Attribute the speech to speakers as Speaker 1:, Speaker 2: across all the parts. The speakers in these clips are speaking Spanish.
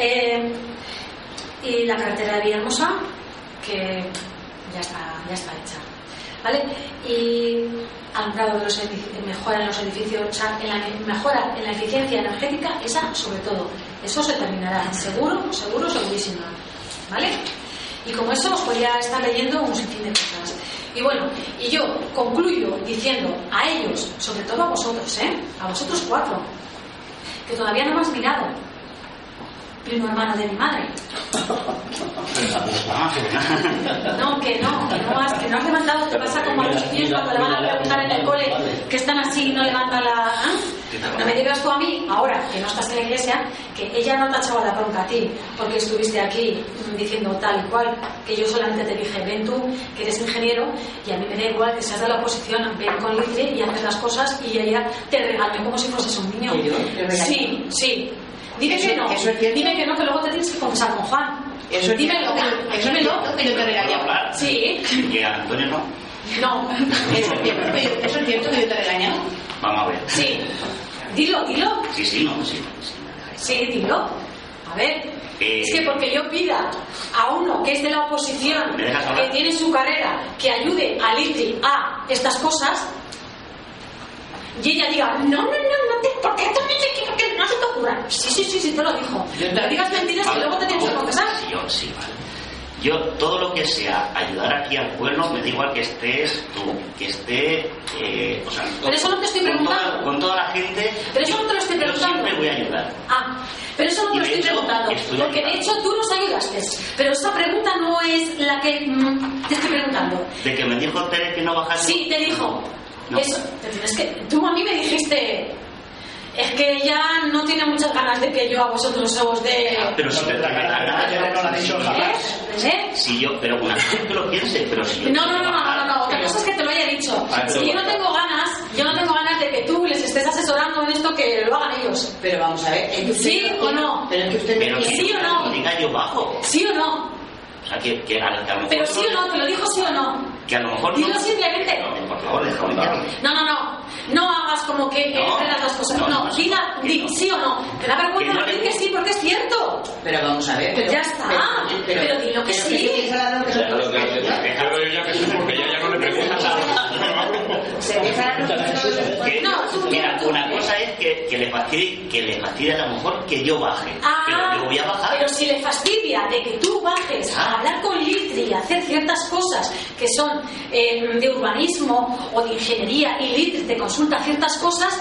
Speaker 1: Eh, y la carretera de Villahermosa, que ya está, ya está hecha. ¿Vale? Y alumbrado de los edificios, mejora en los edificios, o sea, en la, mejora en la eficiencia energética, esa sobre todo. Eso se terminará, seguro, seguro, segurísima. ¿Vale? Y como eso, os voy a estar leyendo un sinfín de cosas. Y bueno, y yo concluyo diciendo a ellos, sobre todo a vosotros, ¿eh? A vosotros cuatro, que todavía no me has mirado, primo hermano de mi madre. No, que no, que no has, que no has levantado, te pasa como a los niños cuando le van a preguntar en el cole que están así y no levantan la... ¿Ah? No me digas tú a mí, ahora que no estás en la iglesia, que ella no te ha echado la bronca a ti, porque estuviste aquí mm, diciendo tal y cual, que yo solamente te dije, ven tú, que eres ingeniero, y a mí me da igual que seas de la oposición, ven con lice y haces las cosas, y ella te regaló como si fueses un niño. Sí, sí, Dime que no. Dime que no, que luego te tienes que confesar con Juan.
Speaker 2: Eso es
Speaker 1: dímelo,
Speaker 2: cierto.
Speaker 1: eso dímelo, que yo te regaño.
Speaker 2: hablar.
Speaker 1: Sí,
Speaker 3: Y a Antonio no.
Speaker 1: no.
Speaker 2: Eso es cierto, que yo- eso es cierto que yo te regaño.
Speaker 3: Vamos a ver.
Speaker 1: Sí. Dilo, dilo.
Speaker 3: Sí, sí, no, sí. sí.
Speaker 1: Sí, dilo. A ver.
Speaker 3: Eh.
Speaker 1: Es que porque yo pida a uno que es de la oposición,
Speaker 3: ¿Me dejas hablar?
Speaker 1: que tiene su carrera, que ayude a Lizzy a estas cosas, y ella diga, no, no, no, no te, porque esto no sé qué, porque no se te ocurra. Sí, sí, sí, sí, te lo dijo.
Speaker 2: Yo te-
Speaker 1: No digas mentiras que
Speaker 3: Vale,
Speaker 1: luego te tienes que
Speaker 3: vamos,
Speaker 1: confesar.
Speaker 3: sí, Yo, sí, vale. Yo, todo lo que sea ayudar aquí al pueblo, me da igual que estés tú, que esté. eh, o sea,
Speaker 1: Pero eso no te estoy
Speaker 3: con
Speaker 1: preguntando.
Speaker 3: toda- con toda la gente.
Speaker 1: Pero eso no te lo estoy preguntando.
Speaker 3: Yo siempre voy a ayudar.
Speaker 1: Ah, pero eso no te
Speaker 3: Y
Speaker 1: lo
Speaker 3: de
Speaker 1: estoy
Speaker 3: hecho,
Speaker 1: preguntando,
Speaker 3: estoy
Speaker 1: porque de hecho
Speaker 3: ayudando.
Speaker 1: tú nos ayudaste. Pero esa pregunta no es la que mm, te estoy preguntando.
Speaker 3: De que me dijo Tere que no bajase.
Speaker 1: Sí, te dijo.
Speaker 3: No.
Speaker 1: Eso, te tienes que. Tú a mí me dijiste. Es que ella no tiene muchas ganas de que yo a vosotros os dé.
Speaker 3: Pero si me
Speaker 4: La gana que no la ha dicho
Speaker 1: ¿Eh?
Speaker 4: jamás.
Speaker 1: ¿Eh?
Speaker 3: Si yo, pero una vez que lo piense, pero si yo.
Speaker 1: No, no, no, no, no, no, otra cosa es que te lo haya dicho.
Speaker 3: Ah,
Speaker 1: Si yo no tengo ganas, yo no tengo ganas de que tú les estés asesorando en esto que lo hagan ellos.
Speaker 2: Pero vamos a ver. es que usted-
Speaker 1: ¿Sí o no?
Speaker 2: Pero es que usted
Speaker 3: Pero
Speaker 1: ¿Sí
Speaker 3: si
Speaker 1: o no?
Speaker 3: cuando diga yo bajo.
Speaker 1: ¿Sí o no?
Speaker 3: O sea, que, que a, que a lo mejor.
Speaker 1: Pero sí o no, te lo dijo sí o no.
Speaker 3: Que a lo mejor.
Speaker 1: Dilo
Speaker 3: no-
Speaker 1: simplemente.
Speaker 3: No, por favor, déjame ya.
Speaker 1: No, no, no. No hagas como que
Speaker 3: No.
Speaker 1: eran las dos cosas. No,
Speaker 3: No, no,
Speaker 1: diga,
Speaker 3: que
Speaker 1: di
Speaker 3: no.
Speaker 1: sí o no. Te da vergüenza
Speaker 3: Que no
Speaker 1: decir
Speaker 3: le-
Speaker 1: que sí porque es cierto.
Speaker 2: Pero vamos a ver. Pero,
Speaker 1: Ya está, Ah, pero di lo que sí.
Speaker 2: ¿qué estáis hablando que
Speaker 4: Pero lo
Speaker 2: nosotros-
Speaker 4: que- lo que creo yo ya que sí, porque ella ya no le preguntas a-
Speaker 2: Se dejarán los
Speaker 3: Que-
Speaker 1: No, tú
Speaker 3: mira,
Speaker 1: mira, tú.
Speaker 3: una cosa es que, que le fastidie, que le fastidie a lo mejor que yo baje. pero yo voy a bajar.
Speaker 1: Ah,
Speaker 3: Ah.
Speaker 1: pero si le fastidia de que tú bajes a hablar con Litri y hacer ciertas cosas que son eh, de urbanismo o de ingeniería y Litri te consulta ciertas cosas,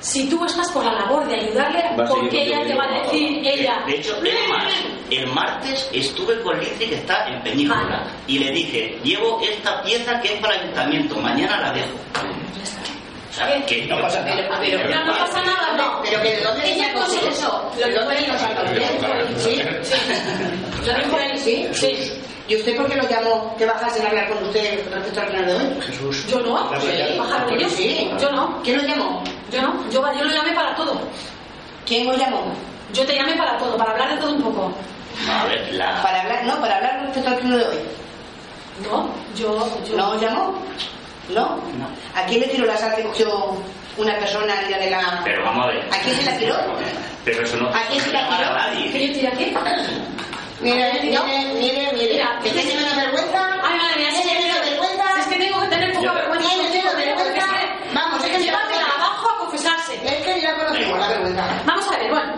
Speaker 1: si tú estás por la labor de ayudarle,
Speaker 5: Va a seguir
Speaker 1: porque ella te va a decir, ella...
Speaker 3: De hecho, es más, el martes estuve con Litri que está en Península
Speaker 1: Vale.
Speaker 3: y le dije, llevo esta pieza que es para el ayuntamiento, mañana la dejo.
Speaker 1: Ya está.
Speaker 3: O sea, que
Speaker 4: No pasa nada.
Speaker 2: Pero-
Speaker 1: No, no pasa nada, no.
Speaker 2: Pero que de dónde le
Speaker 1: Ella
Speaker 2: sacó
Speaker 1: consigue-
Speaker 2: eso?
Speaker 1: Lo
Speaker 2: ¿De dónde le sacó eso? ¿Sí?
Speaker 1: Lo dijo él,
Speaker 2: ¿Sí?
Speaker 1: Sí.
Speaker 2: ¿Y usted por qué lo llamó que bajasen a hablar con usted respecto al reunión de hoy? Jesús.
Speaker 1: Yo no,
Speaker 4: Sí.
Speaker 1: bajaron ellos.
Speaker 2: Sí.
Speaker 1: Yo no,
Speaker 2: ¿Quién lo llamó?
Speaker 1: yo no. Yo, yo lo llamé para todo.
Speaker 2: ¿Quién lo llamó?
Speaker 1: Yo te llamé para todo, para hablar de todo un poco.
Speaker 3: A ver, la...
Speaker 2: Para hablar, no, para hablar respecto al reunión de hoy.
Speaker 1: No, yo, yo.
Speaker 2: ¿No os llamó? ¿No?
Speaker 3: No.
Speaker 2: ¿A quién le tiró la sal que cogió una persona el día de la...
Speaker 3: Pero vamos a ver.
Speaker 2: ¿A quién se la tiró?
Speaker 3: Pero eso no
Speaker 2: ¿A quién se la
Speaker 3: no para
Speaker 2: tiró?
Speaker 3: nadie.
Speaker 1: ¿Que yo tire aquí?
Speaker 2: Mira,
Speaker 1: ¿No?
Speaker 2: mire, mire,
Speaker 1: Mira,
Speaker 2: Ah, mira. ¿Que tiene una vergüenza?
Speaker 1: Ay, madre mía,
Speaker 2: ¿Tiene una vergüenza?
Speaker 1: Es que tengo que tener poca
Speaker 3: Yo-
Speaker 1: vergüenza.
Speaker 2: Tiene
Speaker 1: tengo
Speaker 2: una
Speaker 1: que
Speaker 2: vergüenza.
Speaker 1: confesar.
Speaker 2: Vamos, es que-
Speaker 1: Llévatela abajo a confesarse.
Speaker 2: Es que ya conocemos la vergüenza.
Speaker 1: Vamos a ver, bueno,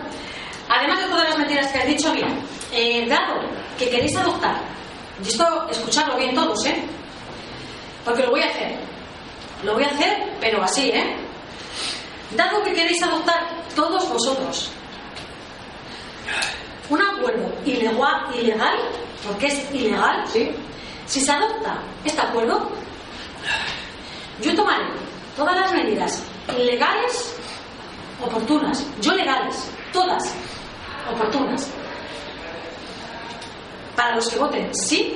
Speaker 1: además de todas las mentiras que has dicho, mira, eh, dado que queréis adoptar, y esto escuchadlo bien todos, ¿eh? Porque lo voy a hacer, lo voy a hacer, pero así, ¿eh? Dado que queréis adoptar todos vosotros un acuerdo ilegua- ilegal, porque es ilegal,
Speaker 2: ¿Sí?
Speaker 1: si se adopta este acuerdo, yo tomaré todas las medidas legales oportunas, yo legales, todas oportunas. Para los que voten sí.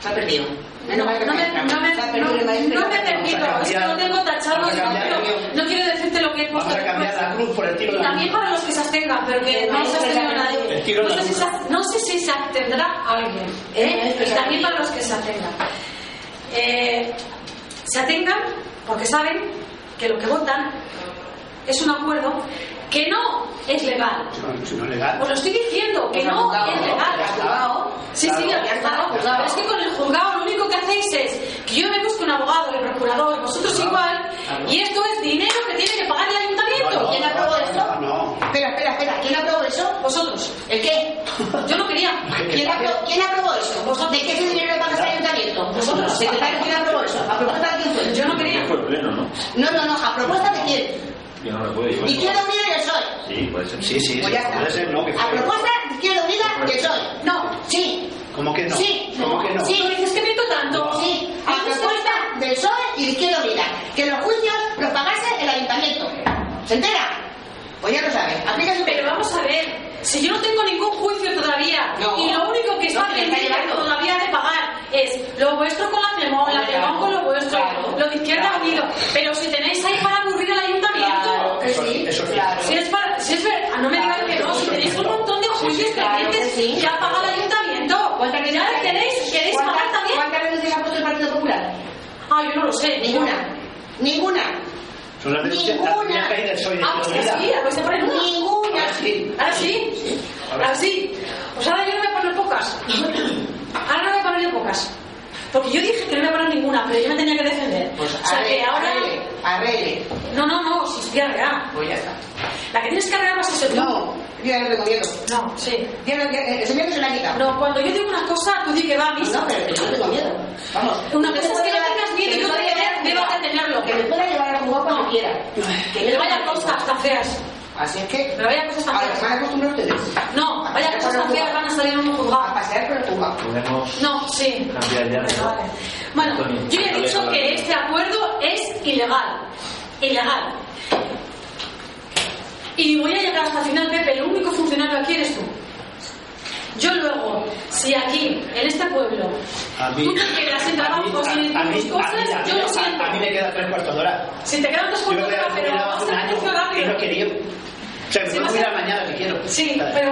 Speaker 2: Se ha perdido.
Speaker 1: No, no me, no me,
Speaker 2: Se ha
Speaker 1: no,
Speaker 2: perdido el maestro.
Speaker 1: no me permito,
Speaker 5: Vamos
Speaker 1: es
Speaker 5: a
Speaker 1: que lo
Speaker 5: cambiar.
Speaker 1: tengo tachado
Speaker 5: Vamos
Speaker 1: y
Speaker 5: a
Speaker 1: no
Speaker 5: cambiar
Speaker 1: quiero,
Speaker 5: el guión.
Speaker 1: no quiero decirte lo que he puesto.
Speaker 5: Vamos a cambiar la cruz por el tiro
Speaker 1: Y
Speaker 5: de la
Speaker 1: también para los que se abstengan, pero que no se abstenga nadie.
Speaker 4: El tiro
Speaker 1: No
Speaker 4: de
Speaker 1: sé,
Speaker 4: la
Speaker 1: si se, no sé si se abstendrá alguien, ¿eh? Y también para los que se abstengan. Eh, se atengan porque saben que lo que votan es un acuerdo que no es legal.
Speaker 5: No, si no le da.
Speaker 1: Os lo estoy diciendo, que
Speaker 2: Pues al
Speaker 1: no
Speaker 2: juzgado,
Speaker 1: es
Speaker 2: ¿no?
Speaker 1: legal.
Speaker 2: Al juzgado.
Speaker 1: Sí, sí,
Speaker 2: Claro,
Speaker 1: al
Speaker 2: ya está,
Speaker 1: juzgado.
Speaker 2: al juzgado.
Speaker 1: Pero es que con el juzgado lo único que hacéis es que yo me busque un abogado, el procurador, vosotros igual, y esto es dinero que tiene que pagar el ayuntamiento.
Speaker 2: ¿Quién aprobó
Speaker 5: No,
Speaker 2: esto?
Speaker 5: no.
Speaker 2: Espera, espera, espera. ¿Quién aprobó eso?
Speaker 1: Vosotros.
Speaker 2: ¿El qué?
Speaker 1: Yo no quería.
Speaker 2: ¿Quién aprobó, ¿Quién aprobó eso? ¿De qué se dinero para el ayuntamiento? Vosotros. Secretario, ¿quién aprobó eso? ¿A propuesta de quién fue?
Speaker 1: Yo no quería.
Speaker 4: Fue pleno, ¿no?
Speaker 2: No, no, no. ¿A propuesta de quién?
Speaker 4: Yo no recuerdo. yo-
Speaker 2: Izquierda Unida y el PSOE.
Speaker 4: Sí, puede ser.
Speaker 5: Sí, sí, sí,
Speaker 2: Pues ya está.
Speaker 5: puede ser, ¿no? Que
Speaker 1: Ah,
Speaker 2: A
Speaker 5: fue-
Speaker 2: propuesta de Izquierda Unida y el PSOE. No. Sí.
Speaker 5: ¿Cómo que no?
Speaker 2: Sí.
Speaker 5: ¿Cómo que no?
Speaker 2: Sí.
Speaker 1: Pero dices que meto tanto.
Speaker 2: Sí.
Speaker 1: Ah,
Speaker 2: A
Speaker 1: pues,
Speaker 2: propuesta del PSOE y de Izquierda Unida. Que los juicios los pagase el ayuntamiento. ¿Se entera? Pues ya lo sabe. Aplica su
Speaker 1: Pero vamos a ver, si yo no tengo ningún juicio todavía
Speaker 2: No.
Speaker 1: y lo único que está
Speaker 2: No, que está
Speaker 1: pendiente
Speaker 2: llevando.
Speaker 1: todavía de pagar es lo vuestro con la CEMON, la
Speaker 2: Claro,
Speaker 1: CEMON con lo vuestro,
Speaker 2: claro,
Speaker 1: lo de Izquierda
Speaker 2: claro.
Speaker 1: Unido. Pero si tenéis ahí para aburrir al ayuntamiento,
Speaker 2: Claro que sí,
Speaker 5: Eso- eso-
Speaker 2: claro.
Speaker 1: si es para, si es verdad, no me
Speaker 2: Claro,
Speaker 1: digan que no,
Speaker 5: eso
Speaker 1: si
Speaker 5: es
Speaker 1: tenéis un
Speaker 5: cierto.
Speaker 1: montón de juicios
Speaker 2: claro que
Speaker 1: pendientes
Speaker 2: sí.
Speaker 1: que ha pagado el ayuntamiento,
Speaker 2: ¿Cuántas veces
Speaker 1: ya
Speaker 2: hay?
Speaker 1: tenéis, queréis
Speaker 2: ¿Cuántas-
Speaker 1: pagar también.
Speaker 2: ¿Cuántas veces le ha puesto el Partido Popular?
Speaker 1: Ah, yo no lo sé,
Speaker 2: Ninguna. Ninguna.
Speaker 5: Son las de
Speaker 2: Ninguna.
Speaker 5: las mías que hay del PSOE y de
Speaker 1: Ah, pues que
Speaker 5: Izquierda
Speaker 1: sí,
Speaker 5: Unida.
Speaker 1: a ver, se ponen una.
Speaker 2: Ninguna. Ah,
Speaker 5: Ahora sí.
Speaker 1: Ahora sí, ahora sí. Pues ahora yo no voy a poner pocas. Ahora no voy a poner yo pocas. Porque yo dije que no voy a poner ninguna, pero yo me tenía que defender.
Speaker 2: Pues
Speaker 1: o sea que
Speaker 2: arregle,
Speaker 1: ahora.
Speaker 2: arregle, arregle.
Speaker 1: No, no, no, si estoy arreglada.
Speaker 2: Pues ya está.
Speaker 1: La que tienes que arreglar vas a ser tú.
Speaker 2: No, yo ya lo tengo miedo.
Speaker 1: No, sí.
Speaker 2: Ya lo- ya- El señor que se la ha quitado.
Speaker 1: No, cuando yo digo una cosa, tú di que va a misa.
Speaker 2: No, pero que yo tengo miedo. Vamos.
Speaker 1: Una
Speaker 2: Que
Speaker 1: cosa
Speaker 2: me
Speaker 1: es que
Speaker 2: pueda
Speaker 1: no
Speaker 2: llevar-
Speaker 1: tengas miedo
Speaker 2: que
Speaker 1: y
Speaker 2: me
Speaker 1: tú
Speaker 2: pueda
Speaker 1: te-
Speaker 2: llevar-
Speaker 1: te vas a tenerlo.
Speaker 2: Que me pueda llevar a jugar cuando quiera.
Speaker 1: Que me vaya cosas tan feas.
Speaker 2: Así es que.
Speaker 1: Pero vaya cosas tan
Speaker 2: Ahora se van a
Speaker 1: feas.
Speaker 2: acostumbrar ustedes.
Speaker 1: No, vaya cosas tan feas van a salir en un
Speaker 2: A
Speaker 1: juzgado.
Speaker 2: pasear por el juzgado.
Speaker 6: Podemos
Speaker 1: No, sí.
Speaker 6: cambiar ya. de-
Speaker 1: Vale. Bueno,
Speaker 6: Antonio,
Speaker 1: yo ya he
Speaker 6: no le
Speaker 1: dicho
Speaker 6: hagas.
Speaker 1: que este acuerdo es ilegal. Ilegal. Y voy a llegar hasta el final, Pepe. El único funcionario aquí eres tú. Yo luego, si aquí, en este pueblo,
Speaker 5: A mí,
Speaker 1: tú te quedas sin
Speaker 5: a mí-
Speaker 1: trabajo,
Speaker 5: a-
Speaker 1: sin
Speaker 5: a mí-
Speaker 1: tus cosas,
Speaker 5: a mí- a
Speaker 1: yo
Speaker 5: mí-
Speaker 1: lo siento.
Speaker 5: a mí me queda tres cuartos de hora.
Speaker 1: Si te quedas
Speaker 5: Yo
Speaker 1: con
Speaker 5: me
Speaker 1: tu
Speaker 5: voy a
Speaker 1: trabajo, pero
Speaker 5: jubilar
Speaker 1: vas
Speaker 5: hace
Speaker 1: a
Speaker 5: un
Speaker 1: tener que
Speaker 5: año y no he
Speaker 1: rápido.
Speaker 5: querido. O sea, me
Speaker 1: Sí, vas
Speaker 5: puedo
Speaker 1: a-
Speaker 5: jubilar mañana si quiero.
Speaker 1: Sí, pero, pero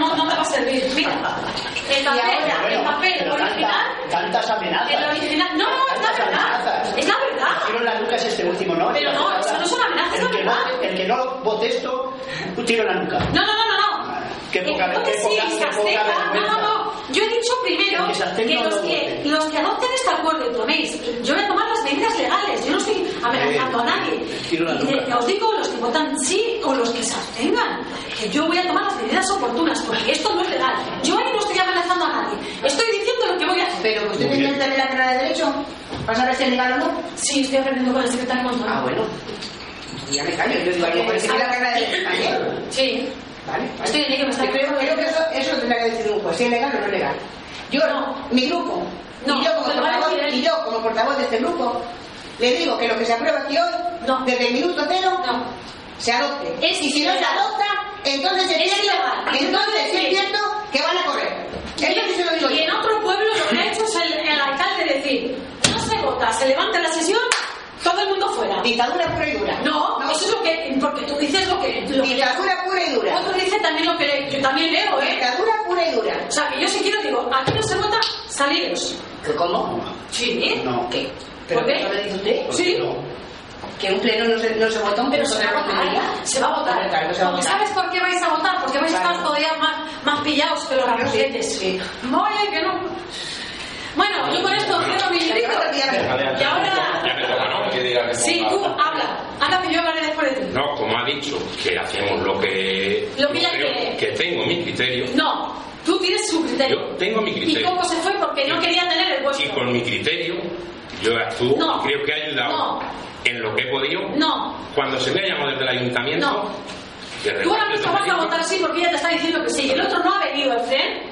Speaker 1: no, no te va a servir. Mira, el papel,
Speaker 5: Pero bueno,
Speaker 1: el papel
Speaker 5: pero tanta-
Speaker 1: original,
Speaker 5: Tantas
Speaker 1: el
Speaker 5: amenazas.
Speaker 1: original. No, no, es la verdad. Es la verdad.
Speaker 5: Hicieron las nucas este último, ¿no?
Speaker 1: Pero no, eso no es una amenaza,
Speaker 5: El que no,
Speaker 1: ¿verdad?
Speaker 5: el que no vote esto, un tiro en la nuca.
Speaker 4: Eh,
Speaker 1: No, no, no, no, no.
Speaker 5: Qué poca-
Speaker 1: Eh, no
Speaker 5: qué
Speaker 1: te
Speaker 5: poca-
Speaker 1: sí,
Speaker 5: qué poca
Speaker 1: Sasteta,
Speaker 5: vergüenza.
Speaker 1: No, no, no. Yo he dicho primero
Speaker 5: El que se
Speaker 1: que,
Speaker 5: abstenga
Speaker 1: los,
Speaker 5: no
Speaker 1: que
Speaker 5: vote.
Speaker 1: los que adopten este acuerdo y toméis, yo voy a tomar las medidas legales. Yo no estoy amenazando a
Speaker 5: Eh,
Speaker 1: nadie.
Speaker 5: tiro la
Speaker 1: Y de-
Speaker 5: nuca.
Speaker 1: os digo los que votan sí o los que se abstengan, que yo voy a tomar las medidas oportunas, porque esto no es legal. Yo ahí no estoy amenazando a nadie. Estoy diciendo lo que voy a hacer.
Speaker 2: Pero que usted tiene que tener la carrera de derecho. ¿Vas a ver si es legal o no?
Speaker 1: Sí, estoy aprendiendo con el secretario Monzón.
Speaker 2: Ah, bueno. Ya me callo. Yo digo, a lo mejor es que tiene la carrera de derecho.
Speaker 1: Sí.
Speaker 2: Vale, vale.
Speaker 1: Estoy en ello, me está
Speaker 2: Yo creo, creo que eso, eso tendrá que decir un juez, si es legal o no es legal. Yo no, mi grupo,
Speaker 1: No,
Speaker 2: y, yo como
Speaker 1: pero vale,
Speaker 2: portavoz,
Speaker 1: Fidel.
Speaker 2: y yo como portavoz de este grupo, le digo que lo que se aprueba aquí hoy,
Speaker 1: No.
Speaker 2: desde el minuto cero,
Speaker 1: No.
Speaker 2: se adopte.
Speaker 1: Es
Speaker 2: y si no se
Speaker 1: ilegal.
Speaker 2: adopta, entonces es,
Speaker 1: Es
Speaker 2: cierto,
Speaker 1: ilegal.
Speaker 2: entonces es
Speaker 1: Sí.
Speaker 2: cierto que van a correr. Eso sí se lo digo
Speaker 1: Y en
Speaker 2: yo.
Speaker 1: otro pueblo lo que ha hecho es el, el alcalde decir, no se vota, se levanta la sesión, todo el mundo fuera.
Speaker 2: Dictadura pura y dura.
Speaker 1: No, eso es lo que, porque tú dices lo que... Lo que
Speaker 2: Dictadura pura y dura.
Speaker 1: otro dice también lo que yo también leo, ¿eh?
Speaker 2: Dictadura pura y dura.
Speaker 1: O sea, que yo si quiero digo, aquí no se vota, saliros.
Speaker 2: ¿Que ¿Cómo?
Speaker 1: Sí,
Speaker 5: No.
Speaker 2: ¿Qué? ¿Pero
Speaker 1: ¿Por qué?
Speaker 2: qué? ¿No le dice usted?
Speaker 5: Porque
Speaker 1: Sí.
Speaker 5: no.
Speaker 2: Que un pleno no se, no se vota un
Speaker 1: pero
Speaker 2: pleno
Speaker 1: se va a
Speaker 2: sobre la
Speaker 1: votar,
Speaker 2: autonomía.
Speaker 1: se va a votar.
Speaker 2: Hombre, claro que se va a
Speaker 1: Porque
Speaker 2: votar.
Speaker 1: ¿Sabes por qué vais a votar? Porque vais a
Speaker 2: Claro.
Speaker 1: estar todavía más, más pillados que los
Speaker 2: Claro, sí,
Speaker 1: ramilletes.
Speaker 2: sí.
Speaker 1: Vaya que no. Bueno, yo con esto cierro mi grito. Y ahora...
Speaker 4: Ya me toca, ¿no? Que diga que
Speaker 1: Sí,
Speaker 4: ponga-
Speaker 1: tú habla. Habla que yo hablaré después de ti.
Speaker 4: No, como ha dicho, que hacemos lo que.
Speaker 1: Lo que ella
Speaker 4: creo
Speaker 1: quiere.
Speaker 4: Que tengo mi criterio.
Speaker 1: No, Tú tienes su criterio.
Speaker 4: Yo tengo mi criterio.
Speaker 1: ¿Y cómo se fue? Porque no
Speaker 4: Y-
Speaker 1: quería tener el vuestro.
Speaker 4: Y con mi criterio, yo actúo
Speaker 1: No.
Speaker 4: y creo que he ayudado
Speaker 1: No.
Speaker 4: en lo que he podido.
Speaker 1: No.
Speaker 4: Cuando se me ha llamado desde el ayuntamiento,
Speaker 1: No.
Speaker 4: de repente
Speaker 1: Tú ahora mismo vas a votar así porque ella te está diciendo que sí. El otro no ha venido, Efren.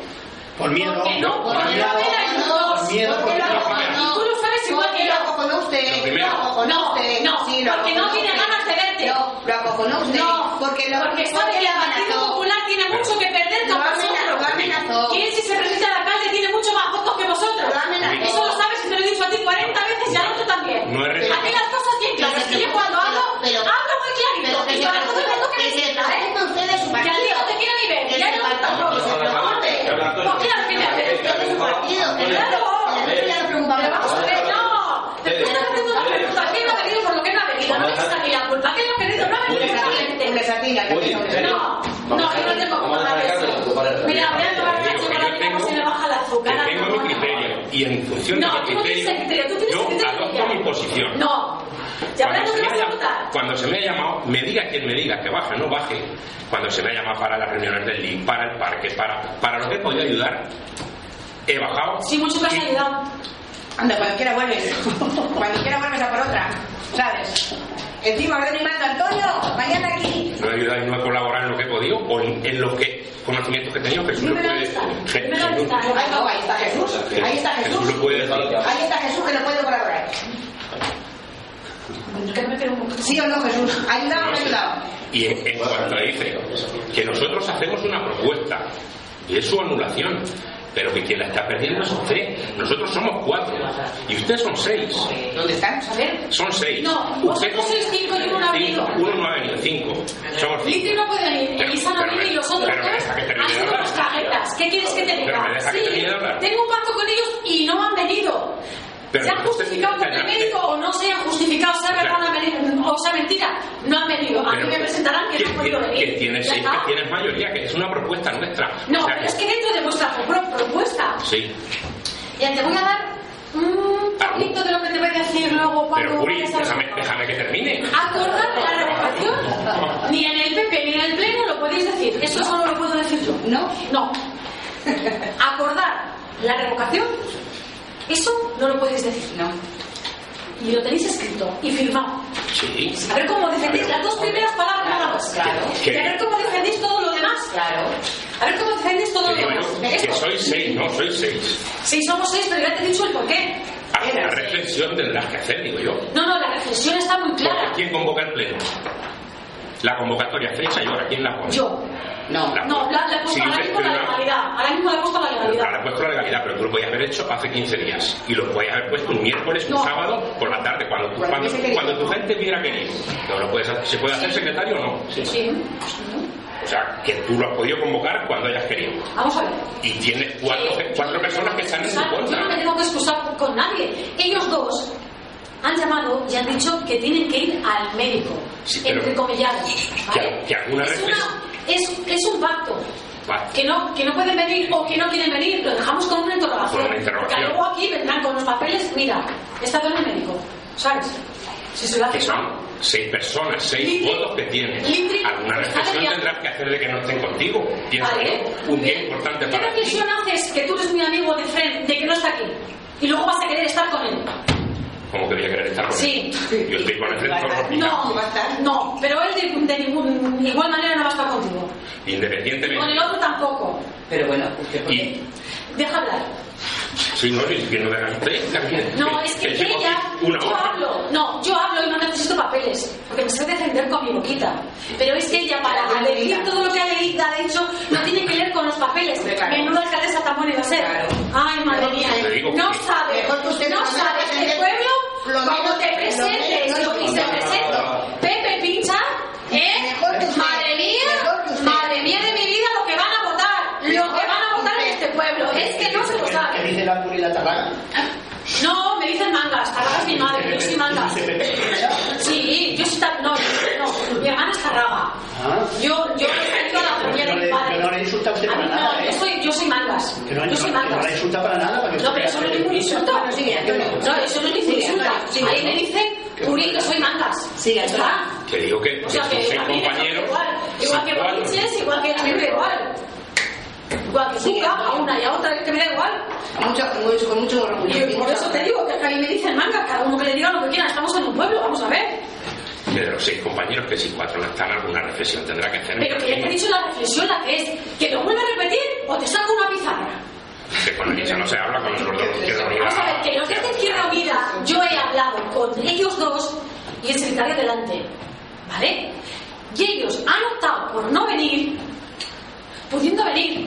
Speaker 5: Por miedo.
Speaker 1: ¿Por qué no? Porque no ven a los dos.
Speaker 5: Por miedo,
Speaker 2: Porque
Speaker 5: porque
Speaker 2: lo
Speaker 5: no.
Speaker 2: acojonó.
Speaker 1: Y tú lo sabes igual que yo.
Speaker 2: Lo acojonó usted.
Speaker 4: Lo primero.
Speaker 2: Lo acojonó
Speaker 1: No,
Speaker 2: usted.
Speaker 1: no,
Speaker 2: Sí, lo
Speaker 1: porque no
Speaker 2: acojonó
Speaker 1: tiene
Speaker 2: usted.
Speaker 1: ganas de verte.
Speaker 2: No, lo acojonó usted.
Speaker 1: No,
Speaker 2: Porque lo
Speaker 1: porque sabe
Speaker 2: porque
Speaker 1: que
Speaker 2: le
Speaker 1: el Partido
Speaker 2: amenazó.
Speaker 1: Popular tiene mucho que perder
Speaker 2: Lo
Speaker 1: con
Speaker 2: amenazó, lo amenazó.
Speaker 1: vosotros. Que él, si se resiste a la calle, tiene mucho más votos que vosotros.
Speaker 2: Lo amenazó.
Speaker 1: Eso lo sabes y te lo he dicho a ti 40 veces y al otro también.
Speaker 4: No es
Speaker 1: A
Speaker 4: respeto.
Speaker 1: mí las cosas bien claras.
Speaker 2: Pero-
Speaker 1: que yo cuando hablo,
Speaker 2: pero-
Speaker 1: hablo muy clarito.
Speaker 2: Pero que
Speaker 1: Y
Speaker 2: se
Speaker 1: para todo el mundo que me
Speaker 2: preocupe- que se
Speaker 1: sienta, ¿eh?
Speaker 2: preocupe usted de su
Speaker 1: Que al
Speaker 2: partido.
Speaker 1: día no te quiero ni ver.
Speaker 2: Que
Speaker 1: Ya
Speaker 2: se
Speaker 1: no me
Speaker 2: preocupe, que se
Speaker 1: tampoco.
Speaker 2: preocupe.
Speaker 1: No quiero que me
Speaker 2: Que se preocupe de su partido, que
Speaker 1: Claro.
Speaker 2: no- que ya lo preocupaba.
Speaker 1: Pero vamos a ver, no. Te estoy haciendo una pregunta. ¿Quién no ha venido por pues lo que no ha venido? No me eches a mí la culpa. ¿Quién no ha venido? No ha venido esa gente.
Speaker 2: Porque se atira, que
Speaker 6: Oye,
Speaker 2: no se-
Speaker 6: pero-
Speaker 1: No, no, yo no tengo como nada de eso. Mira, voy a tomar una
Speaker 4: Yo digo que yo
Speaker 1: chocolate
Speaker 4: tengo-
Speaker 1: como si me baja el azúcar.
Speaker 4: que tengo
Speaker 1: no, no,
Speaker 4: mi
Speaker 1: no.
Speaker 4: criterio y en función
Speaker 1: No,
Speaker 4: de
Speaker 1: tú
Speaker 4: mi
Speaker 1: no tienes
Speaker 4: criterio,
Speaker 1: el criterio, tú tienes
Speaker 4: yo
Speaker 1: el criterio.
Speaker 4: adopto mi posición.
Speaker 1: No, ya ahora no
Speaker 4: se
Speaker 1: te
Speaker 4: me
Speaker 1: vas
Speaker 4: ha
Speaker 1: a
Speaker 4: llam-
Speaker 1: votar.
Speaker 4: cuando se me ha llamado, me diga quien me diga que baje, no baje, cuando se me ha llamado para las reuniones del LIB, para el parque, para, para lo que he podido ayudar, he bajado.
Speaker 1: Sí, mucho que has
Speaker 4: Y-
Speaker 1: ayudado.
Speaker 2: Anda, cuando quiera vuelves. Cuando quiera vuelves a por otra. ¿Sabes? Encima ordeno y mando, Antonio, mañana aquí.
Speaker 4: No he ayudado y no he colaborado en lo que he podido o en, en los que, conocimientos que he tenido. Jesús lo
Speaker 1: Dímelo
Speaker 4: puede.
Speaker 1: esta,
Speaker 4: Je-
Speaker 1: dímelo
Speaker 4: Jesús-
Speaker 1: esta.
Speaker 2: Ahí no, ahí está Jesús. Ahí está Jesús.
Speaker 4: lo puede decir.
Speaker 2: Ahí está Jesús que no puede colaborar.
Speaker 1: Que me creo un-
Speaker 2: ¿Sí o no, Jesús? ¿Ayudado o no ayudado?
Speaker 4: Y en, en cuanto dice que nosotros hacemos una propuesta y es su anulación, pero que quien la está perdiendo es usted. Nosotros somos cuatro y ustedes son seis.
Speaker 2: ¿Dónde están?
Speaker 1: A ver.
Speaker 4: Son seis.
Speaker 1: No, vosotros
Speaker 4: Usted con-
Speaker 1: sois cinco y uno no ha
Speaker 4: Cinco,
Speaker 1: venido.
Speaker 4: Uno no ha venido, cinco. Somos cinco.
Speaker 1: Litri no puede venir,
Speaker 4: Pero-
Speaker 1: Elisa no
Speaker 4: pero
Speaker 1: viene
Speaker 4: me-
Speaker 1: y los otros
Speaker 4: pero me
Speaker 1: dos
Speaker 4: deja que termine
Speaker 1: han
Speaker 4: de
Speaker 1: sido
Speaker 4: hablar.
Speaker 1: unos cajetas. ¿Qué quieres que te diga?
Speaker 4: Pero me deja que
Speaker 1: sí,
Speaker 4: termine de hablar.
Speaker 1: tengo un pacto con ellos y no han venido.
Speaker 4: Pero
Speaker 1: se han
Speaker 4: entonces-
Speaker 1: justificado por el
Speaker 4: pero-
Speaker 1: médico o no se han justificado, sea
Speaker 4: Claro.
Speaker 1: verdad no han venido, o sea mentira, no han venido. A mí
Speaker 4: Pero-
Speaker 1: me presentarán que no han podido venir.
Speaker 4: que tienes
Speaker 1: Ya
Speaker 4: seis,
Speaker 1: está.
Speaker 4: que tienes mayoría, que es una propuesta nuestra.
Speaker 1: No,
Speaker 4: O sea,
Speaker 1: pero es que dentro de vuestra pro- propuesta,
Speaker 4: Sí.
Speaker 1: ya te voy a dar un poquito de lo que te voy a decir luego cuando
Speaker 4: Pero, Uri,
Speaker 1: vayas a- Ah.
Speaker 4: déjame, déjame que termine.
Speaker 1: Acordar de la revocación, ni en el PP ni en el Pleno lo podéis decir. Eso solo lo puedo decir yo.
Speaker 2: ¿No?
Speaker 1: No. Acordar la revocación, eso no lo podéis decir.
Speaker 2: No.
Speaker 1: Y lo tenéis escrito y firmado.
Speaker 4: Sí.
Speaker 1: A ver cómo defendéis las dos primeras palabras nada más.
Speaker 2: Claro.
Speaker 1: Y a ver cómo defendéis todo lo demás.
Speaker 2: Claro.
Speaker 1: A ver cómo defendéis todo
Speaker 4: Que
Speaker 1: lo
Speaker 4: digo
Speaker 1: demás.
Speaker 4: yo que
Speaker 1: Esto.
Speaker 4: sois seis, no, sois seis.
Speaker 1: Sí, somos seis, pero ya te he dicho el porqué.
Speaker 4: Haz una reflexión tendrás que hacer, digo yo.
Speaker 1: No, no, la reflexión está muy
Speaker 4: Porque
Speaker 1: clara.
Speaker 4: ¿quién convoca el pleno? La convocatoria fecha y ahora ¿quién la pone?
Speaker 1: Yo.
Speaker 2: No.
Speaker 1: No, la, la he puesto
Speaker 4: Sí,
Speaker 1: ahora
Speaker 4: pero-
Speaker 1: mismo la
Speaker 4: pero-
Speaker 1: legalidad. Ahora mismo la he puesto la legalidad.
Speaker 4: Ahora puesto la legalidad, pero tú lo podías haber hecho hace 15 días. Y lo podías haber puesto un miércoles, un
Speaker 1: No.
Speaker 4: sábado, por la tarde, cuando,
Speaker 2: Cuando
Speaker 4: cuando,
Speaker 2: hubiese querido.
Speaker 4: cuando tu gente hubiera querido. No lo puedes hacer. ¿Se puede hacer
Speaker 1: Sí.
Speaker 4: secretario o no?
Speaker 1: Sí.
Speaker 4: O sea, que tú lo has podido convocar cuando hayas querido.
Speaker 1: Vamos a ver.
Speaker 4: Y tienes cuatro,
Speaker 1: Sí.
Speaker 4: cuatro personas que están en tu
Speaker 1: Yo no me
Speaker 4: contra.
Speaker 1: tengo que excusar con nadie. Ellos dos han llamado y han dicho que tienen que ir al médico.
Speaker 4: Sí, pero-
Speaker 1: entre comillados. ¿vale?
Speaker 4: Que- que alguna
Speaker 1: es,
Speaker 4: vez
Speaker 1: una- es- es un pacto.
Speaker 4: Vale.
Speaker 1: Que no, que no pueden venir o que no quieren venir, lo dejamos con una interrogación.
Speaker 4: Con una interrogación.
Speaker 1: Porque luego aquí vendrán con los papeles, mira, está con el médico, ¿sabes? Si se lo hace
Speaker 4: Que son seis personas, seis
Speaker 1: Litri.
Speaker 4: votos que tienes.
Speaker 1: Litri.
Speaker 4: Alguna
Speaker 1: Está
Speaker 4: reflexión
Speaker 1: bien.
Speaker 4: tendrás que hacer de que no estén contigo. Pienso
Speaker 1: Vale.
Speaker 4: yo, un día importante
Speaker 1: ¿Qué
Speaker 4: para ti.
Speaker 1: reflexión haces que tú eres mi amigo de Fred, de que no está aquí? Y luego vas a querer estar con él.
Speaker 4: Como que voy a querer estar con
Speaker 1: Sí.
Speaker 4: él? Yo estoy con él
Speaker 2: Vale.
Speaker 4: por mi
Speaker 1: No,
Speaker 2: va a estar.
Speaker 1: no, pero él de, de ningún- de igual manera no va a estar contigo.
Speaker 4: Independientemente.
Speaker 1: Con el otro tampoco.
Speaker 5: Pero bueno, usted puede.
Speaker 4: Y
Speaker 1: Deja hablar.
Speaker 4: si no, ni siquiera me hagan tres también.
Speaker 1: No, es que
Speaker 4: llevo
Speaker 1: ella,
Speaker 4: aquí Una
Speaker 1: yo
Speaker 4: hora.
Speaker 1: hablo, no, yo hablo y no necesito papeles, porque me sé defender con mi boquita. Pero es que ella para decir todo lo que ha leído, ha dicho, no tiene que leer con los papeles.
Speaker 2: Hombre, claro.
Speaker 1: Menuda alcaldesa tan buena iba a ser.
Speaker 2: Claro.
Speaker 1: Ay, madre mía,
Speaker 4: Te digo
Speaker 1: no
Speaker 4: que-
Speaker 1: sabe,
Speaker 2: Mejor que usted
Speaker 1: no
Speaker 2: no me
Speaker 1: sabe
Speaker 2: presente.
Speaker 1: este
Speaker 2: Lo
Speaker 1: pueblo cuando
Speaker 2: menos-
Speaker 1: te
Speaker 2: lo
Speaker 1: presentes,
Speaker 2: menos-
Speaker 1: lo que se
Speaker 2: no, no, no,
Speaker 1: presenta. Pepe Pincha, ¿eh?
Speaker 2: Mejor que usted.
Speaker 1: Madre
Speaker 2: Mejor que
Speaker 1: mía,
Speaker 2: usted.
Speaker 1: madre mía de mi vida, lo que van a votar, lo que van a votar en este pueblo, es que no se lo
Speaker 5: ¿Qué
Speaker 1: sabe.
Speaker 5: dice la pura y la tarraga?
Speaker 1: No, me dicen mangas, Tarraga es mi madre, yo soy mangas. Sí, yo soy tar... no, no, mi hermana es Tarraga.
Speaker 5: Ah.
Speaker 1: Yo, yo he salido a la familia de
Speaker 5: Pero no
Speaker 1: mi
Speaker 5: le-
Speaker 1: padre.
Speaker 5: pero no le insulta usted
Speaker 1: A mí
Speaker 5: para
Speaker 1: no,
Speaker 5: nada,
Speaker 1: yo
Speaker 5: ¿eh?
Speaker 1: soy, yo soy mangas.
Speaker 5: Que no,
Speaker 1: yo soy
Speaker 5: no, que no
Speaker 1: mangas.
Speaker 5: la insulta para nada. Para que
Speaker 1: No,
Speaker 5: usted
Speaker 1: pero eso no
Speaker 5: vea
Speaker 1: es
Speaker 5: que-
Speaker 1: ningún insulto.
Speaker 2: Bueno, sigue, Antonio.
Speaker 1: No, eso no es ningún
Speaker 2: Sigue,
Speaker 1: insulto.
Speaker 2: Antonio, sigue.
Speaker 1: Ahí me dicen, Uri, que soy mangas.
Speaker 2: Sigue,
Speaker 1: Ya está.
Speaker 4: Que digo que,
Speaker 1: O sea,
Speaker 4: que
Speaker 1: que
Speaker 4: sois
Speaker 1: a mí me da
Speaker 4: compañeros.
Speaker 1: igual. Igual
Speaker 4: sois
Speaker 1: que
Speaker 4: cuatro.
Speaker 1: Bolinches, igual que a mí me da igual. Igual que
Speaker 2: Sí,
Speaker 1: Cuca,
Speaker 2: sí.
Speaker 1: a una y a otra, es que me da igual.
Speaker 2: Mucho, mucho, con mucho orgullo.
Speaker 1: Y por eso te digo que es que a mí me dicen manga, cada uno que le diga lo que quiera, estamos en un pueblo, vamos a ver.
Speaker 4: Que de los seis compañeros, que si cuatro no están, alguna reflexión tendrá que hacer.
Speaker 1: Pero que ya te he dicho la reflexión la que es, que lo vuelva a repetir o te saco una pizarra.
Speaker 4: Que con ellos ya no se habla, con nosotros dos izquierda unida.
Speaker 1: Vamos a ver, que los de esta Izquierda Unida, yo he hablado con ellos dos y el secretario delante, ¿vale? Y ellos han optado por no venir, pudiendo venir,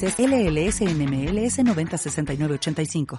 Speaker 6: LLS NMLS 906985.